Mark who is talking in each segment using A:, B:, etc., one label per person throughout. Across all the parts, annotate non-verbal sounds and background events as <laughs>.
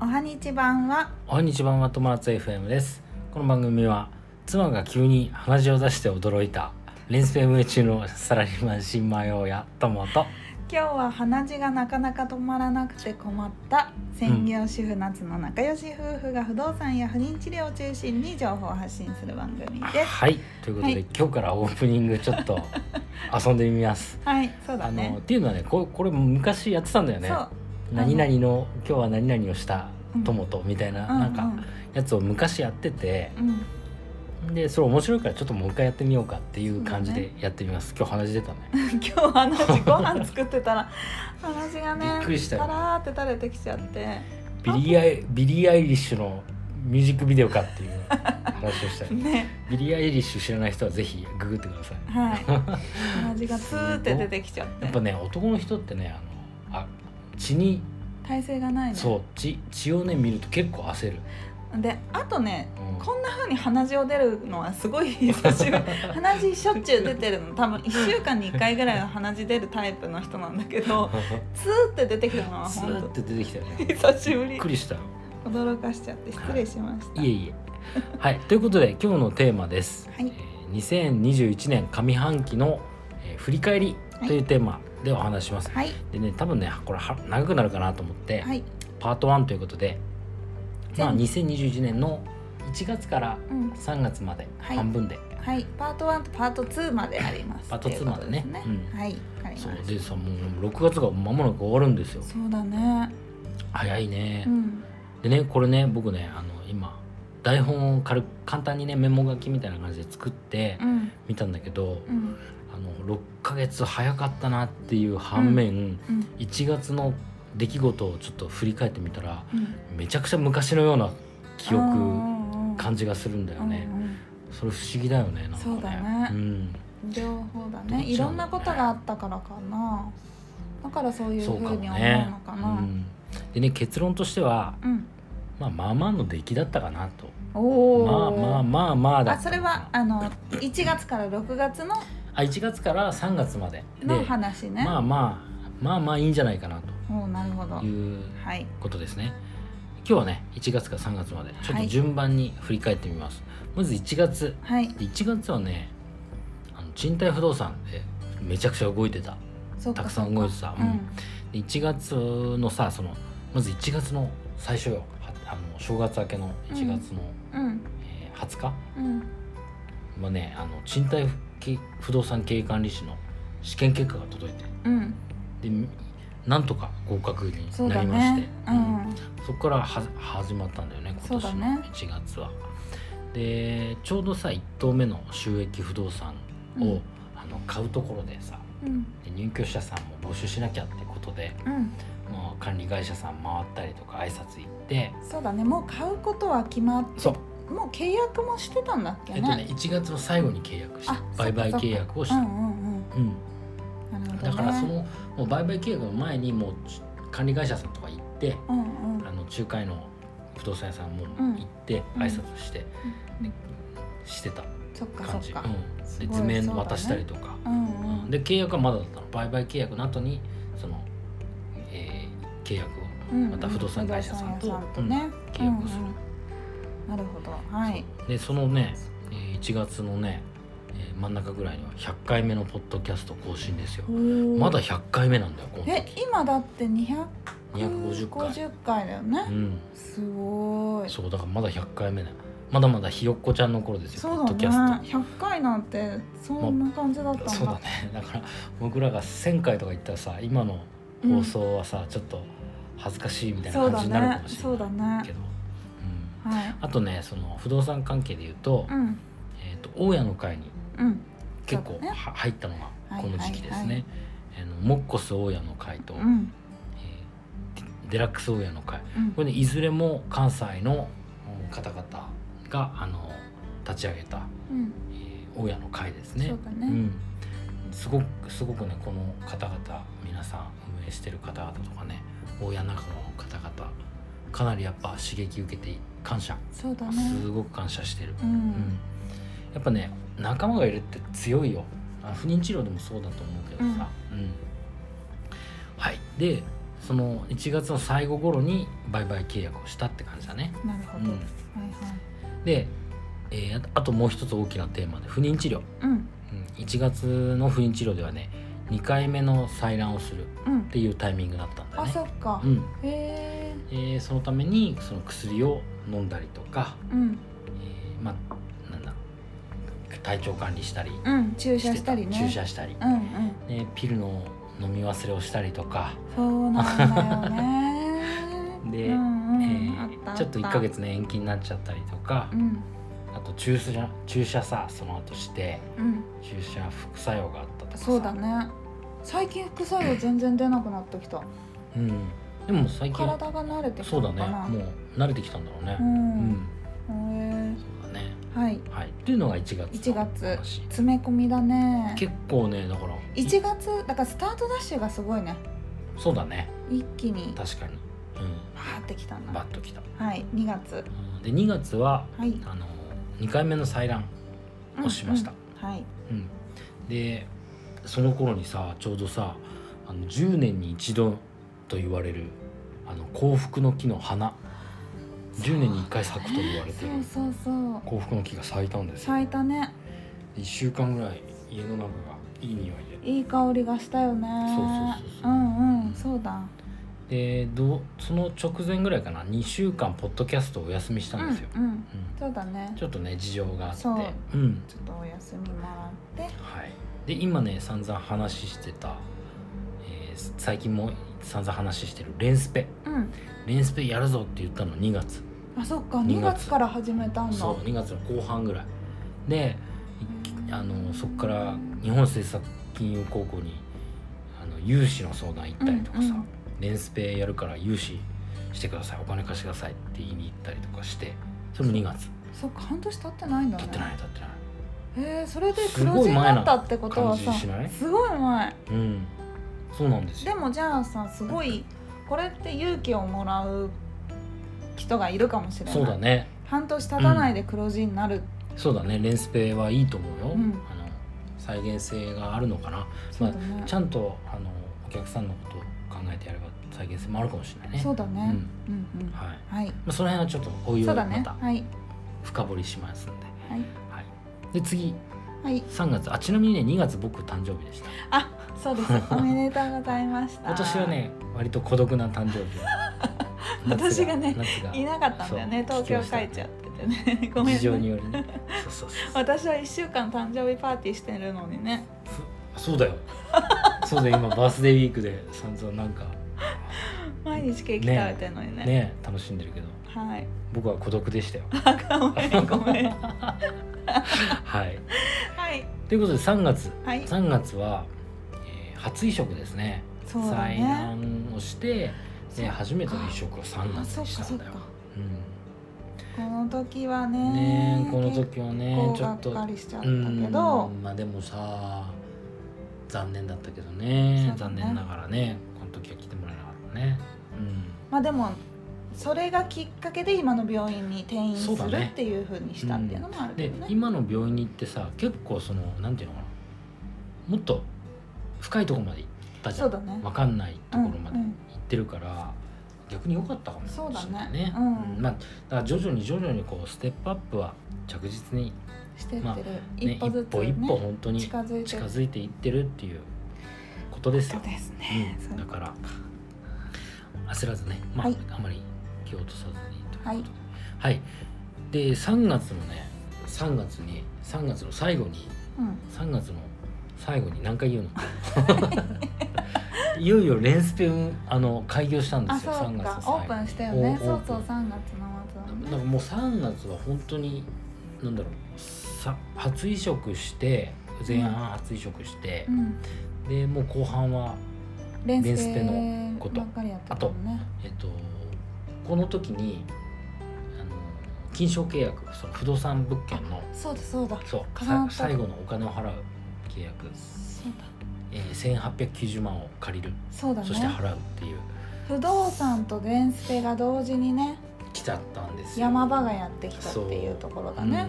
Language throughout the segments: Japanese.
A: はにちばんは
B: おはにちばんは友達 FM ですこの番組は妻が急に鼻血を出して驚いたレンスペム中のサラリーマン新米王や友と
A: 今日は鼻血がなかなか止まらなくて困った専業主婦夏の仲良し夫婦が不動産や不妊治療を中心に情報を発信する番組です
B: はいということで、
A: はい
B: 今日からオープニングちょっと遊んでみます
A: はい <laughs> そうだ
B: あのっ
A: ね
B: ていうのはねここれ昔やってたんだよね
A: そう
B: 何々の今日は何々をした友とみたいな、
A: うん
B: なんかやつを昔やってて
A: うんうん
B: でそれ面白いからちょっともう一回やってみようかっていう感じ
A: そう
B: でやってみます、今日鼻血出たね
A: 今日鼻血ご飯作ってた
B: <laughs>
A: ら鼻血がね
B: びっくりしたよ
A: たらーって垂れてきちゃって
B: ビリーアイビリー・アイリッシュのミュージックビデオかっていう話をした
A: <laughs>
B: い
A: ね
B: ビリー・アイリッシュ知らない人はぜひググってください
A: はい
B: <laughs>
A: 鼻血がツーって出てきちゃって
B: やっぱね男の人ってねあのあ血に
A: 体勢がないね
B: そう血血をね見ると結構焦る、
A: であとね
B: うん
A: こんな風に鼻血を出るのはすごい久しぶ <laughs> り鼻血しょっちゅう出てるの多分1週間に1回ぐらいは鼻血出るタイプの人なんだけどツーって出てきたのは
B: <laughs> スー
A: 本
B: って出てきたよ
A: 当
B: ね
A: に久しぶ
B: びっ
A: り
B: くりしたよ
A: 驚かしちゃって失礼しました、
B: いえいえはいということで今日のテーマです、
A: はい
B: えー2021年上半期の、えー振り返りというテーマでお話しします、
A: はい
B: でね多分ねこれは長くなるかなと思って、
A: はい
B: パート1ということで、まあ、
A: 全部
B: 2021年の1月から
A: うん
B: 3月まで
A: はい
B: 半分で、
A: はいパート1とパート2まであります
B: パート2までね
A: ということ
B: う
A: す
B: ん
A: はいわかりまし
B: そ
A: た
B: うでさもう6月が間もなく終わるんですよ
A: そうだね
B: 早いね
A: う、ん
B: でねこれね僕ねあの今台本を軽く簡単にねメモ書きみたいな感じで作って
A: うん
B: みたんだけど、
A: うん
B: あの6ヶ月早かったなっていう反面、
A: うん
B: 1月の出来事をちょっと振り返ってみたら
A: うん
B: めちゃくちゃ昔のような記憶
A: うん
B: 感じがするんだよね、
A: うんうん
B: それ不思議だよねなんかね
A: そうだね
B: うん、
A: 両方だ
B: どっちなんだろう
A: ね
B: ね
A: いろんなことがあったからかなだからそういうふ
B: そううかも
A: に思う
B: ね
A: のか
B: う、
A: なん
B: でね結論としては、
A: うん、
B: まあ、まあまあの出来だったかなと
A: おお
B: まあまあまあまあだ
A: あそれはあの1月から6月の
B: あ1月から3月までで
A: の話ね
B: まあまあまあまあいいんじゃないかな
A: おーなるほど
B: という
A: はい
B: ことですね今日はね1月から3月までちょっ
A: は
B: と
A: い
B: 順番に振り返ってみます、まず1月
A: はい
B: 1月はねあの賃貸不動産でめちゃくちゃ動いてた
A: そうか
B: たくさん動いてた、
A: そう
B: う
A: かうん
B: ん、で1月のさそのまず1月の最初よはあの正月明けの1月の、
A: うん
B: えー20日
A: うん
B: はねあの賃貸不不動産経営管理士の試験結果が届いて
A: うん
B: でなんとか合格に
A: そう
B: な
A: だ
B: りまして
A: ねうん
B: うんそこからは始まったんだよね
A: そ
B: 今
A: うだ
B: 年
A: ね
B: の1月は。でちょうどさ1棟目の収益不動産を、
A: うん
B: あの買うところでさ
A: うん
B: で入居者さんも募集しなきゃってことで、
A: うん
B: まあ、管理会社さん回ったりとか挨拶行って
A: そうだねもう買うことは決まっ
B: そう、
A: もう契約もしてたんだっけ
B: えっとね
A: ね
B: 1月の最後に契約した
A: あ
B: 売買
A: そっかそっか
B: 契約をし
A: う
B: た、
A: んう
B: う
A: ん
B: ん
A: うんなるほどね
B: だからそのもう売買契約の前にもうち管理会社さんとか行って
A: うんうん
B: あの仲介の不動産屋さんも
A: ん
B: 行って
A: うん
B: 挨拶して、
A: うん
B: してた
A: そっかそ
B: 感
A: っ
B: じ、
A: か
B: うん
A: すご
B: で
A: い
B: 図面
A: そうだね
B: 渡したりとか、
A: うんうん
B: うんで契約はまだだったの売買契約の後にその、えー契約をまた不動産会社さん
A: 不
B: と
A: 動産屋さんとね
B: 契約する
A: うんうんなるほどはい
B: でそのねえー1月のねえー真ん中ぐらいには100回目のポッドキャスト更新ですよま
A: ま
B: だ100回目なんだよ今
A: え今だって
B: 250回
A: 250回だよ
B: う
A: ね
B: ん
A: すごい
B: そうだからまだ100回目だよまだまだひよっこちゃんの頃ですよ
A: そ
B: ポ
A: う
B: ッ
A: だ
B: ド
A: ね
B: キ
A: 100
B: ャス
A: 回なんてそんな感じだったん
B: ト
A: だ
B: そうだねだから僕らが1000回とか言ったらさ今の
A: うん
B: 放送はさ、ちょっと恥ずかしいみたいな
A: そう
B: 感じ
A: だ
B: になるか
A: ね
B: もしれ
A: そうだ
B: ないけ
A: ね
B: ど、うん
A: はい
B: あとねその不動産関係で言うと,、
A: うん
B: えーと大家の会に
A: うん
B: 結構は、
A: そうだね
B: 入ったのがこの時期です
A: はいはいは
B: ね。あのモッコス大家の会と、
A: うん
B: えーデラックス大家の会
A: うん
B: これねいずれも関西のうん方々があの立ち上げた、
A: うん
B: えー大家の会ですね
A: そう。だ
B: う
A: ね
B: んすごくすごくねこの方々皆さん運営してる方々とかね大家仲間の方々かなりやっぱ刺激受けて感謝
A: そうだね
B: すごく感謝してる。
A: う
B: うん
A: ん
B: やっぱね仲間がいるって強いよあ不妊治療でもそうだと思うけどさ、うんはいでその1月の最後頃に売買契約をしたって感じだね。
A: なるほど、
B: うん
A: はいはい
B: で、えーああともう一つ大きなテーマで不妊治療、
A: うん
B: うん、1月の不妊治療ではね2回目の採卵をするっ
A: うん
B: ていうタイミングだったんだよ
A: あ
B: ね。
A: そっか、
B: うん
A: へえ
B: えーそのためにその薬を飲んだりとか、
A: うん
B: えーまあなんだ体調管理したり
A: うん注
B: し
A: 射
B: て
A: した
B: た
A: りね
B: 注射したり、
A: うんうん
B: でピルの飲み忘れをしたりとか、
A: そうなんだよね
B: <laughs> で
A: うんうん
B: え
A: あ
B: ー
A: ったあた
B: ちょっと1ヶ月の延期になっちゃったりとか
A: う、ん
B: あと注射注射さその後して
A: うん
B: 注射副作用があったとかさ
A: そうだね最近副作用全然出なくなってきた
B: うん、でも最近は
A: 体が慣れてきた
B: そう
A: の
B: だ
A: か
B: ね
A: な
B: もう慣れてきたんだろうね
A: う、
B: うんん、
A: へ
B: そうだね
A: えはい
B: はいっていうのが1月
A: 1
B: の
A: 月
B: 話
A: 詰め込みだね
B: 結構ねだから
A: 1月だからスタートダッシュがすごいね
B: そうだね
A: 一気にバ
B: 確かに、う
A: ーってきたん
B: ん、バ
A: だ
B: ッときた、
A: はい2月
B: うんで2月は
A: はい
B: あの2回目の採卵
A: うん
B: をしました
A: うんはい
B: うん、でその頃にさちょうどさあの10年に一度と言われるあの幸福の木の花10年に1回咲くと言われて
A: そ
B: る
A: うそうそう
B: 幸福の木が咲いたんですよ
A: 咲いたね
B: 1週間ぐらい家の中がいい匂い
A: いい香りがしたよね
B: そうそうそうそうん
A: うんそうだ
B: ででどうその直前ぐらいかな2週間ポッドキャストをお休みしたんですよ、
A: うんうん
B: うん
A: そうだね
B: ちょっとね事情があって
A: そう
B: うん
A: ちょっとお休みもらって
B: はい、で今ね散々話してた、えー最近も散々話してるレンスペ
A: うん
B: レンスペやるぞって言ったの2月
A: あそっか
B: 二
A: 2
B: 月
A: 月から始めたんだ
B: そう2月の後半ぐらいでいあのそこから日本政策金融高校にあの融資の相談行ったりとかさ、
A: うんうん
B: レンスペやるから融資してくださいお金貸してくださいって言いに行ったりとかしてそれも2月
A: そっか半年経ってないんだね
B: 経ってない経ってない
A: えー、それです
B: ご
A: 黒
B: い
A: 字にな
B: 前
A: った
B: な
A: ってことはさ
B: 感じしない
A: すごい前
B: うんそうなんです
A: で
B: よ
A: もじゃあさすごいこれって勇気をもらう人がいるかもしれない
B: そうだね
A: 半年経たないで黒字になる、
B: そうだねレンスペはいいと思うよ、
A: うん
B: あの再現性があるのかな、
A: そ
B: ま
A: うだね
B: あ、ちゃんとあのお客さんのことを考えてやれば再現性もあるかもしれないね
A: そうだね、うん、うん
B: はいま
A: はい
B: あ、その辺はちょっとおいお
A: そ
B: い
A: だ
B: うま
A: ね
B: た
A: はい
B: 深掘りしますんで,、
A: はい
B: はい、で次
A: はい
B: 3月あちなみにね2月僕誕生日でした
A: あそう
B: <laughs>
A: ですおめでとうございました
B: 今年はね割と孤独な誕生日
A: <laughs> 私がね
B: 夏が
A: いなかったんだよね
B: そう
A: 東京帰っちゃっててね <laughs> ごめん
B: 事情に
A: ね
B: よりねそうそうそうそう
A: 私は1週間誕生日パーティーしてるのにね
B: そうだよそうだよ今バースデーウィークで散々なんか
A: 毎日ケーキ食べてるのにね
B: ね楽しんでるけど
A: はい
B: 僕は孤独でしたよ
A: あごめんごめんは
B: はい
A: い
B: ということで3月
A: はい
B: 3月は、えー初移植ですね
A: そうだ
B: 採
A: ね
B: 卵をして
A: そ
B: で
A: う
B: 初めての移植を3
A: あ
B: 月
A: そ
B: に
A: っ
B: し
A: か
B: た
A: そ
B: ん
A: っ
B: だ
A: か
B: よ、うん
A: この時はね
B: ねえこの時はね
A: 結
B: ちょっ
A: 構
B: と
A: がっかりしちゃった
B: う
A: けど
B: んまあでもさ残念だったけどね
A: そうだ
B: 残
A: ね
B: 念ながらねこの時は来てもらえなかったねうん
A: まあでもそれがきっかけで今の病院に転院す
B: そうだ
A: る
B: ね
A: っていうふうにしたっていうのもあるけ
B: で
A: どね、
B: 今の病院に行ってさ結構そのなんていうのかなもっと深いところまで行ったじゃ
A: そうんだね
B: わかんないところまで
A: う
B: 行
A: ん
B: ってるから、逆に良かったかもし
A: そうだね
B: れないね
A: うん
B: まあ、だから徐々に徐々にこうステップアップは着実に、ね、
A: うん、してってる、
B: まあ
A: 一
B: 一
A: 歩ずつ、
B: 歩
A: ね、
B: 一歩本当に
A: 近づいて
B: 近
A: る
B: づいていってるっていうことです
A: そ
B: よ
A: う。ですね、<laughs>
B: う
A: そ
B: ん、
A: う
B: だから焦らずね、まあ
A: はい
B: あまり気を落とさずにということで、
A: は
B: はいいで3月のね3月に3月の最後に
A: うん
B: 3月の最後に何回言う
A: <laughs>
B: のいよいよレンスペンあの開業したんで
A: あ
B: す
A: そ
B: よ
A: う
B: 3月
A: か
B: の
A: オー
B: 最
A: プ
B: 後
A: ンしたよね
B: お
A: そ
B: オ
A: う
B: ープ
A: そう
B: ン
A: 3月の末だ
B: だから
A: ね
B: もう3月は本当になんだろうさ初移植して前半初移植して
A: う、ん
B: でもう後半は
A: 連
B: 連スペ
A: 戦
B: のこと
A: ばっかりやってたもんね
B: えっとこの時にあの金賞契約その不動産物件の
A: そうだそうだ
B: そう
A: 重な
B: さ
A: った
B: 最後のお金を払う契約、
A: そうだ
B: えー、1890万を借りる、
A: そうだ
B: そして
A: ね
B: 払うっていう
A: 不動産と連スペが同時にね
B: 来ちゃったんですよ
A: 山場がやってきたっていうところだね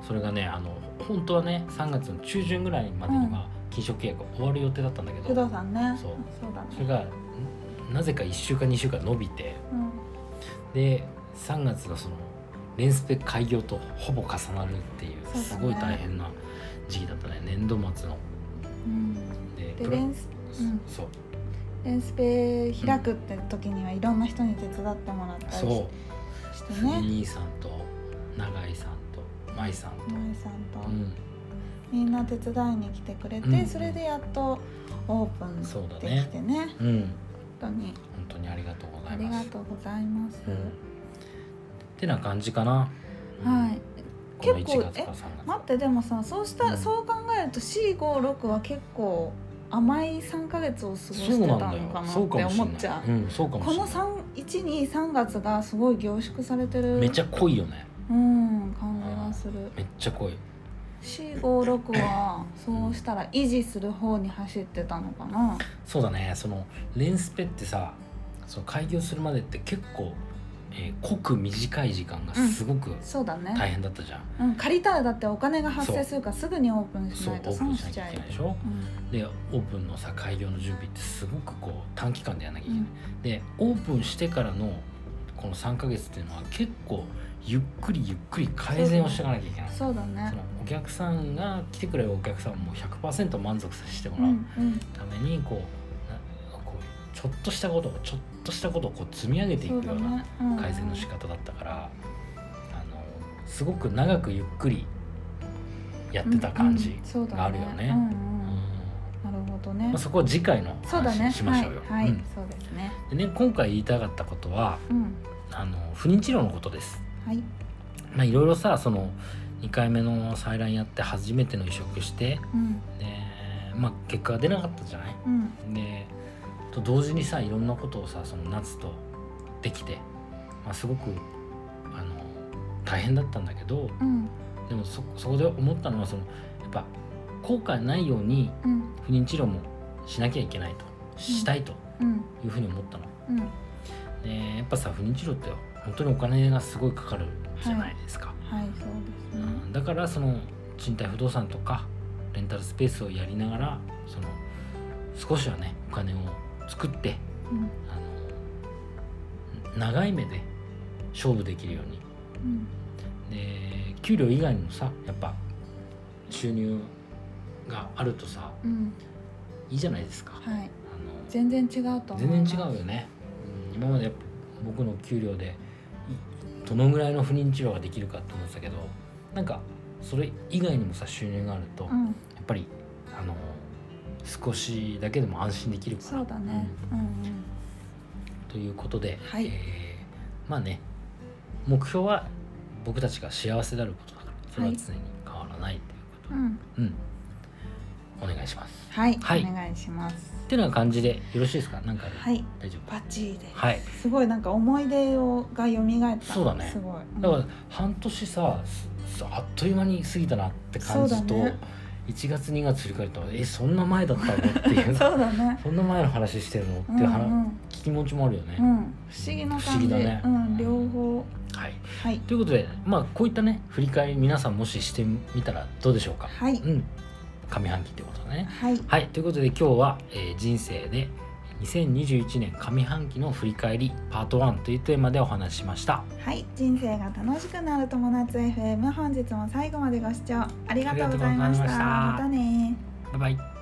B: うんそれがねあの本当はね3月の中旬ぐらいまでには金賞契約が終わる予定だったんだけど、
A: 不動産ね
B: そう
A: そうだ
B: それ
A: ね
B: がんなぜか1週間2週間伸びて
A: うん
B: で3月がそのレンスペ開業とほぼ重なるっていう
A: そうだね
B: すごい大変な時期だったね年度末の。
A: うん
B: で
A: で
B: プ
A: レ
B: ラ
A: ンスうん
B: そう
A: レンスペ開くって時にはいろんな人に手伝ってもらったりし
B: そう
A: して
B: ふ
A: ね
B: み兄さんと永井さんと舞さんと、
A: 井さんと
B: うん、
A: みんな手伝いに来てくれて、
B: うん
A: それでやっとオープンで
B: そうだね
A: きてね
B: うん、
A: 本当に
B: 本当にありがとうござ
A: あ
B: い
A: り
B: ま
A: が
B: す。
A: とうございます、
B: うん、ってな感じかな。
A: はい
B: この1
A: 結構
B: 月から3月。
A: 待ってでもさそうした、
B: うん
A: そう考えると456は結構甘い3ヶ月を過ごして
B: そ
A: た
B: うな
A: の
B: ん
A: か
B: だ
A: な
B: よ。
A: って
B: そうかもし
A: 思
B: れ
A: っちゃ
B: な
A: う
B: い。うん、そうかも
A: こ
B: しれ
A: の
B: ない。
A: 3123月がすごい凝縮されてる
B: めっちゃ濃いよね。
A: うん感じがする
B: めっちゃ濃い。
A: 456はそうしたら維持する方に走ってたのかな
B: そうだね。そのレンスペってさ、その開業するまでって結構、えー濃く短い時間がすごく
A: そうだね、
B: 大変だったじゃん。
A: うん、借りたらだってお金が発生するからすぐにオープンし
B: そう
A: な
B: オ
A: いと
B: ープン
A: 損
B: しな
A: し
B: き
A: ち
B: ゃ
A: ゃ
B: い
A: よ
B: うけないでしょ。
A: うん
B: でオープンのさ開業の準備ってすごくこう短期間でやんなきゃいけない、
A: うん
B: でオープンしてからのこの3ヶ月っていうのは結構ゆっくりゆっくり改善をしていかなきゃいけないそ
A: そうだね
B: のお客さんが来てくれるお客さんも100%満足させても
A: う
B: らうん
A: うん
B: ためにこう,な、こうちょっとしたことをちょっとしたことをこう積み上げていく
A: そ
B: よ
A: う
B: う
A: だ
B: な
A: ねうん
B: 改善の仕方だったから、あのすごく長くゆっくりやってた感じ、
A: うんうんそうだ
B: があるよね
A: うん
B: う
A: う
B: ん
A: んなるほどね
B: まあ、そこは次回の
A: そうだ
B: 話
A: ね
B: にしましょうよ。
A: はい、はい
B: うん
A: そうですね
B: でね今回言いたかったことは
A: うん
B: あの不妊治療のことです。
A: はい
B: まあいろいろさその2回目の採卵やって初めての移植して
A: うん
B: で、まあ、結果が出なかったじゃない
A: うん
B: でと同時にさいろんなことをさその夏とできて、まあ、すごくあの大変だったんだけど
A: うん
B: でもそそこで思ったのはそのやっぱ後悔ないように
A: うん
B: 不妊治療もしなきゃいけないとしたいと
A: うん
B: いうふうに思ったの。
A: うん
B: でやっぱさ不妊治療って本当にお金がすごいかかるじゃないですか、
A: はいそうです
B: う
A: ね
B: ん、だからその賃貸不動産とかレンタルスペースをやりながらその少しはねお金を作って
A: うん
B: あの長い目で勝負できるように
A: うん
B: で給料以外にもさやっぱ収入があるとさ
A: うん
B: いいじゃないですか、
A: はい
B: あの
A: 全然違うと思い
B: 全
A: ます
B: 然違うよね、うん今までやっぱ僕の給料でいどのぐらいの不妊治療ができるかって思ってたけどなんかそれ以外にもさ収入があると、
A: う
B: や
A: ん
B: っぱりあの少しだけでも安心できるから
A: そうだねうんうん
B: うんということで、
A: はい
B: えーまあね目標は僕たちが幸せであることだからそれは常に変わらないということ、
A: うん
B: うんお願いします
A: はい、
B: はい
A: お願いします
B: ってな感じでよろしいですかなんかある、
A: はい
B: 大丈夫
A: バッチリです、
B: はい
A: すごいなんか思い出をが蘇った
B: そうだね
A: すごい、うん
B: だから半年さすすあっという間に過ぎたなって感じと、
A: そうだね
B: 1月2月振り返るとえそんな前だったのっていう
A: そうだね
B: <laughs> そんな前の話してるのって
A: う
B: い
A: んう、
B: うん
A: う
B: 話、
A: ん、
B: 気持ちもあるよね
A: 不。思議な
B: 不
A: 感
B: 思議
A: じ、
B: だね
A: うん両方
B: はい、
A: はい
B: ということで、まあ、こういったね振り返り皆さんもししてみたらどうでしょうか。
A: はい
B: うん、上半期ってことだね。
A: はい
B: はいということで今日は、えー人生で2021年上半期の振り返りパート1というテーマでお話ししました。
A: はい人生が楽しくなる友達 FM 本日も最後までご視聴ありがとうございました
B: ありがとうございまし
A: また
B: た
A: ね
B: バイバイ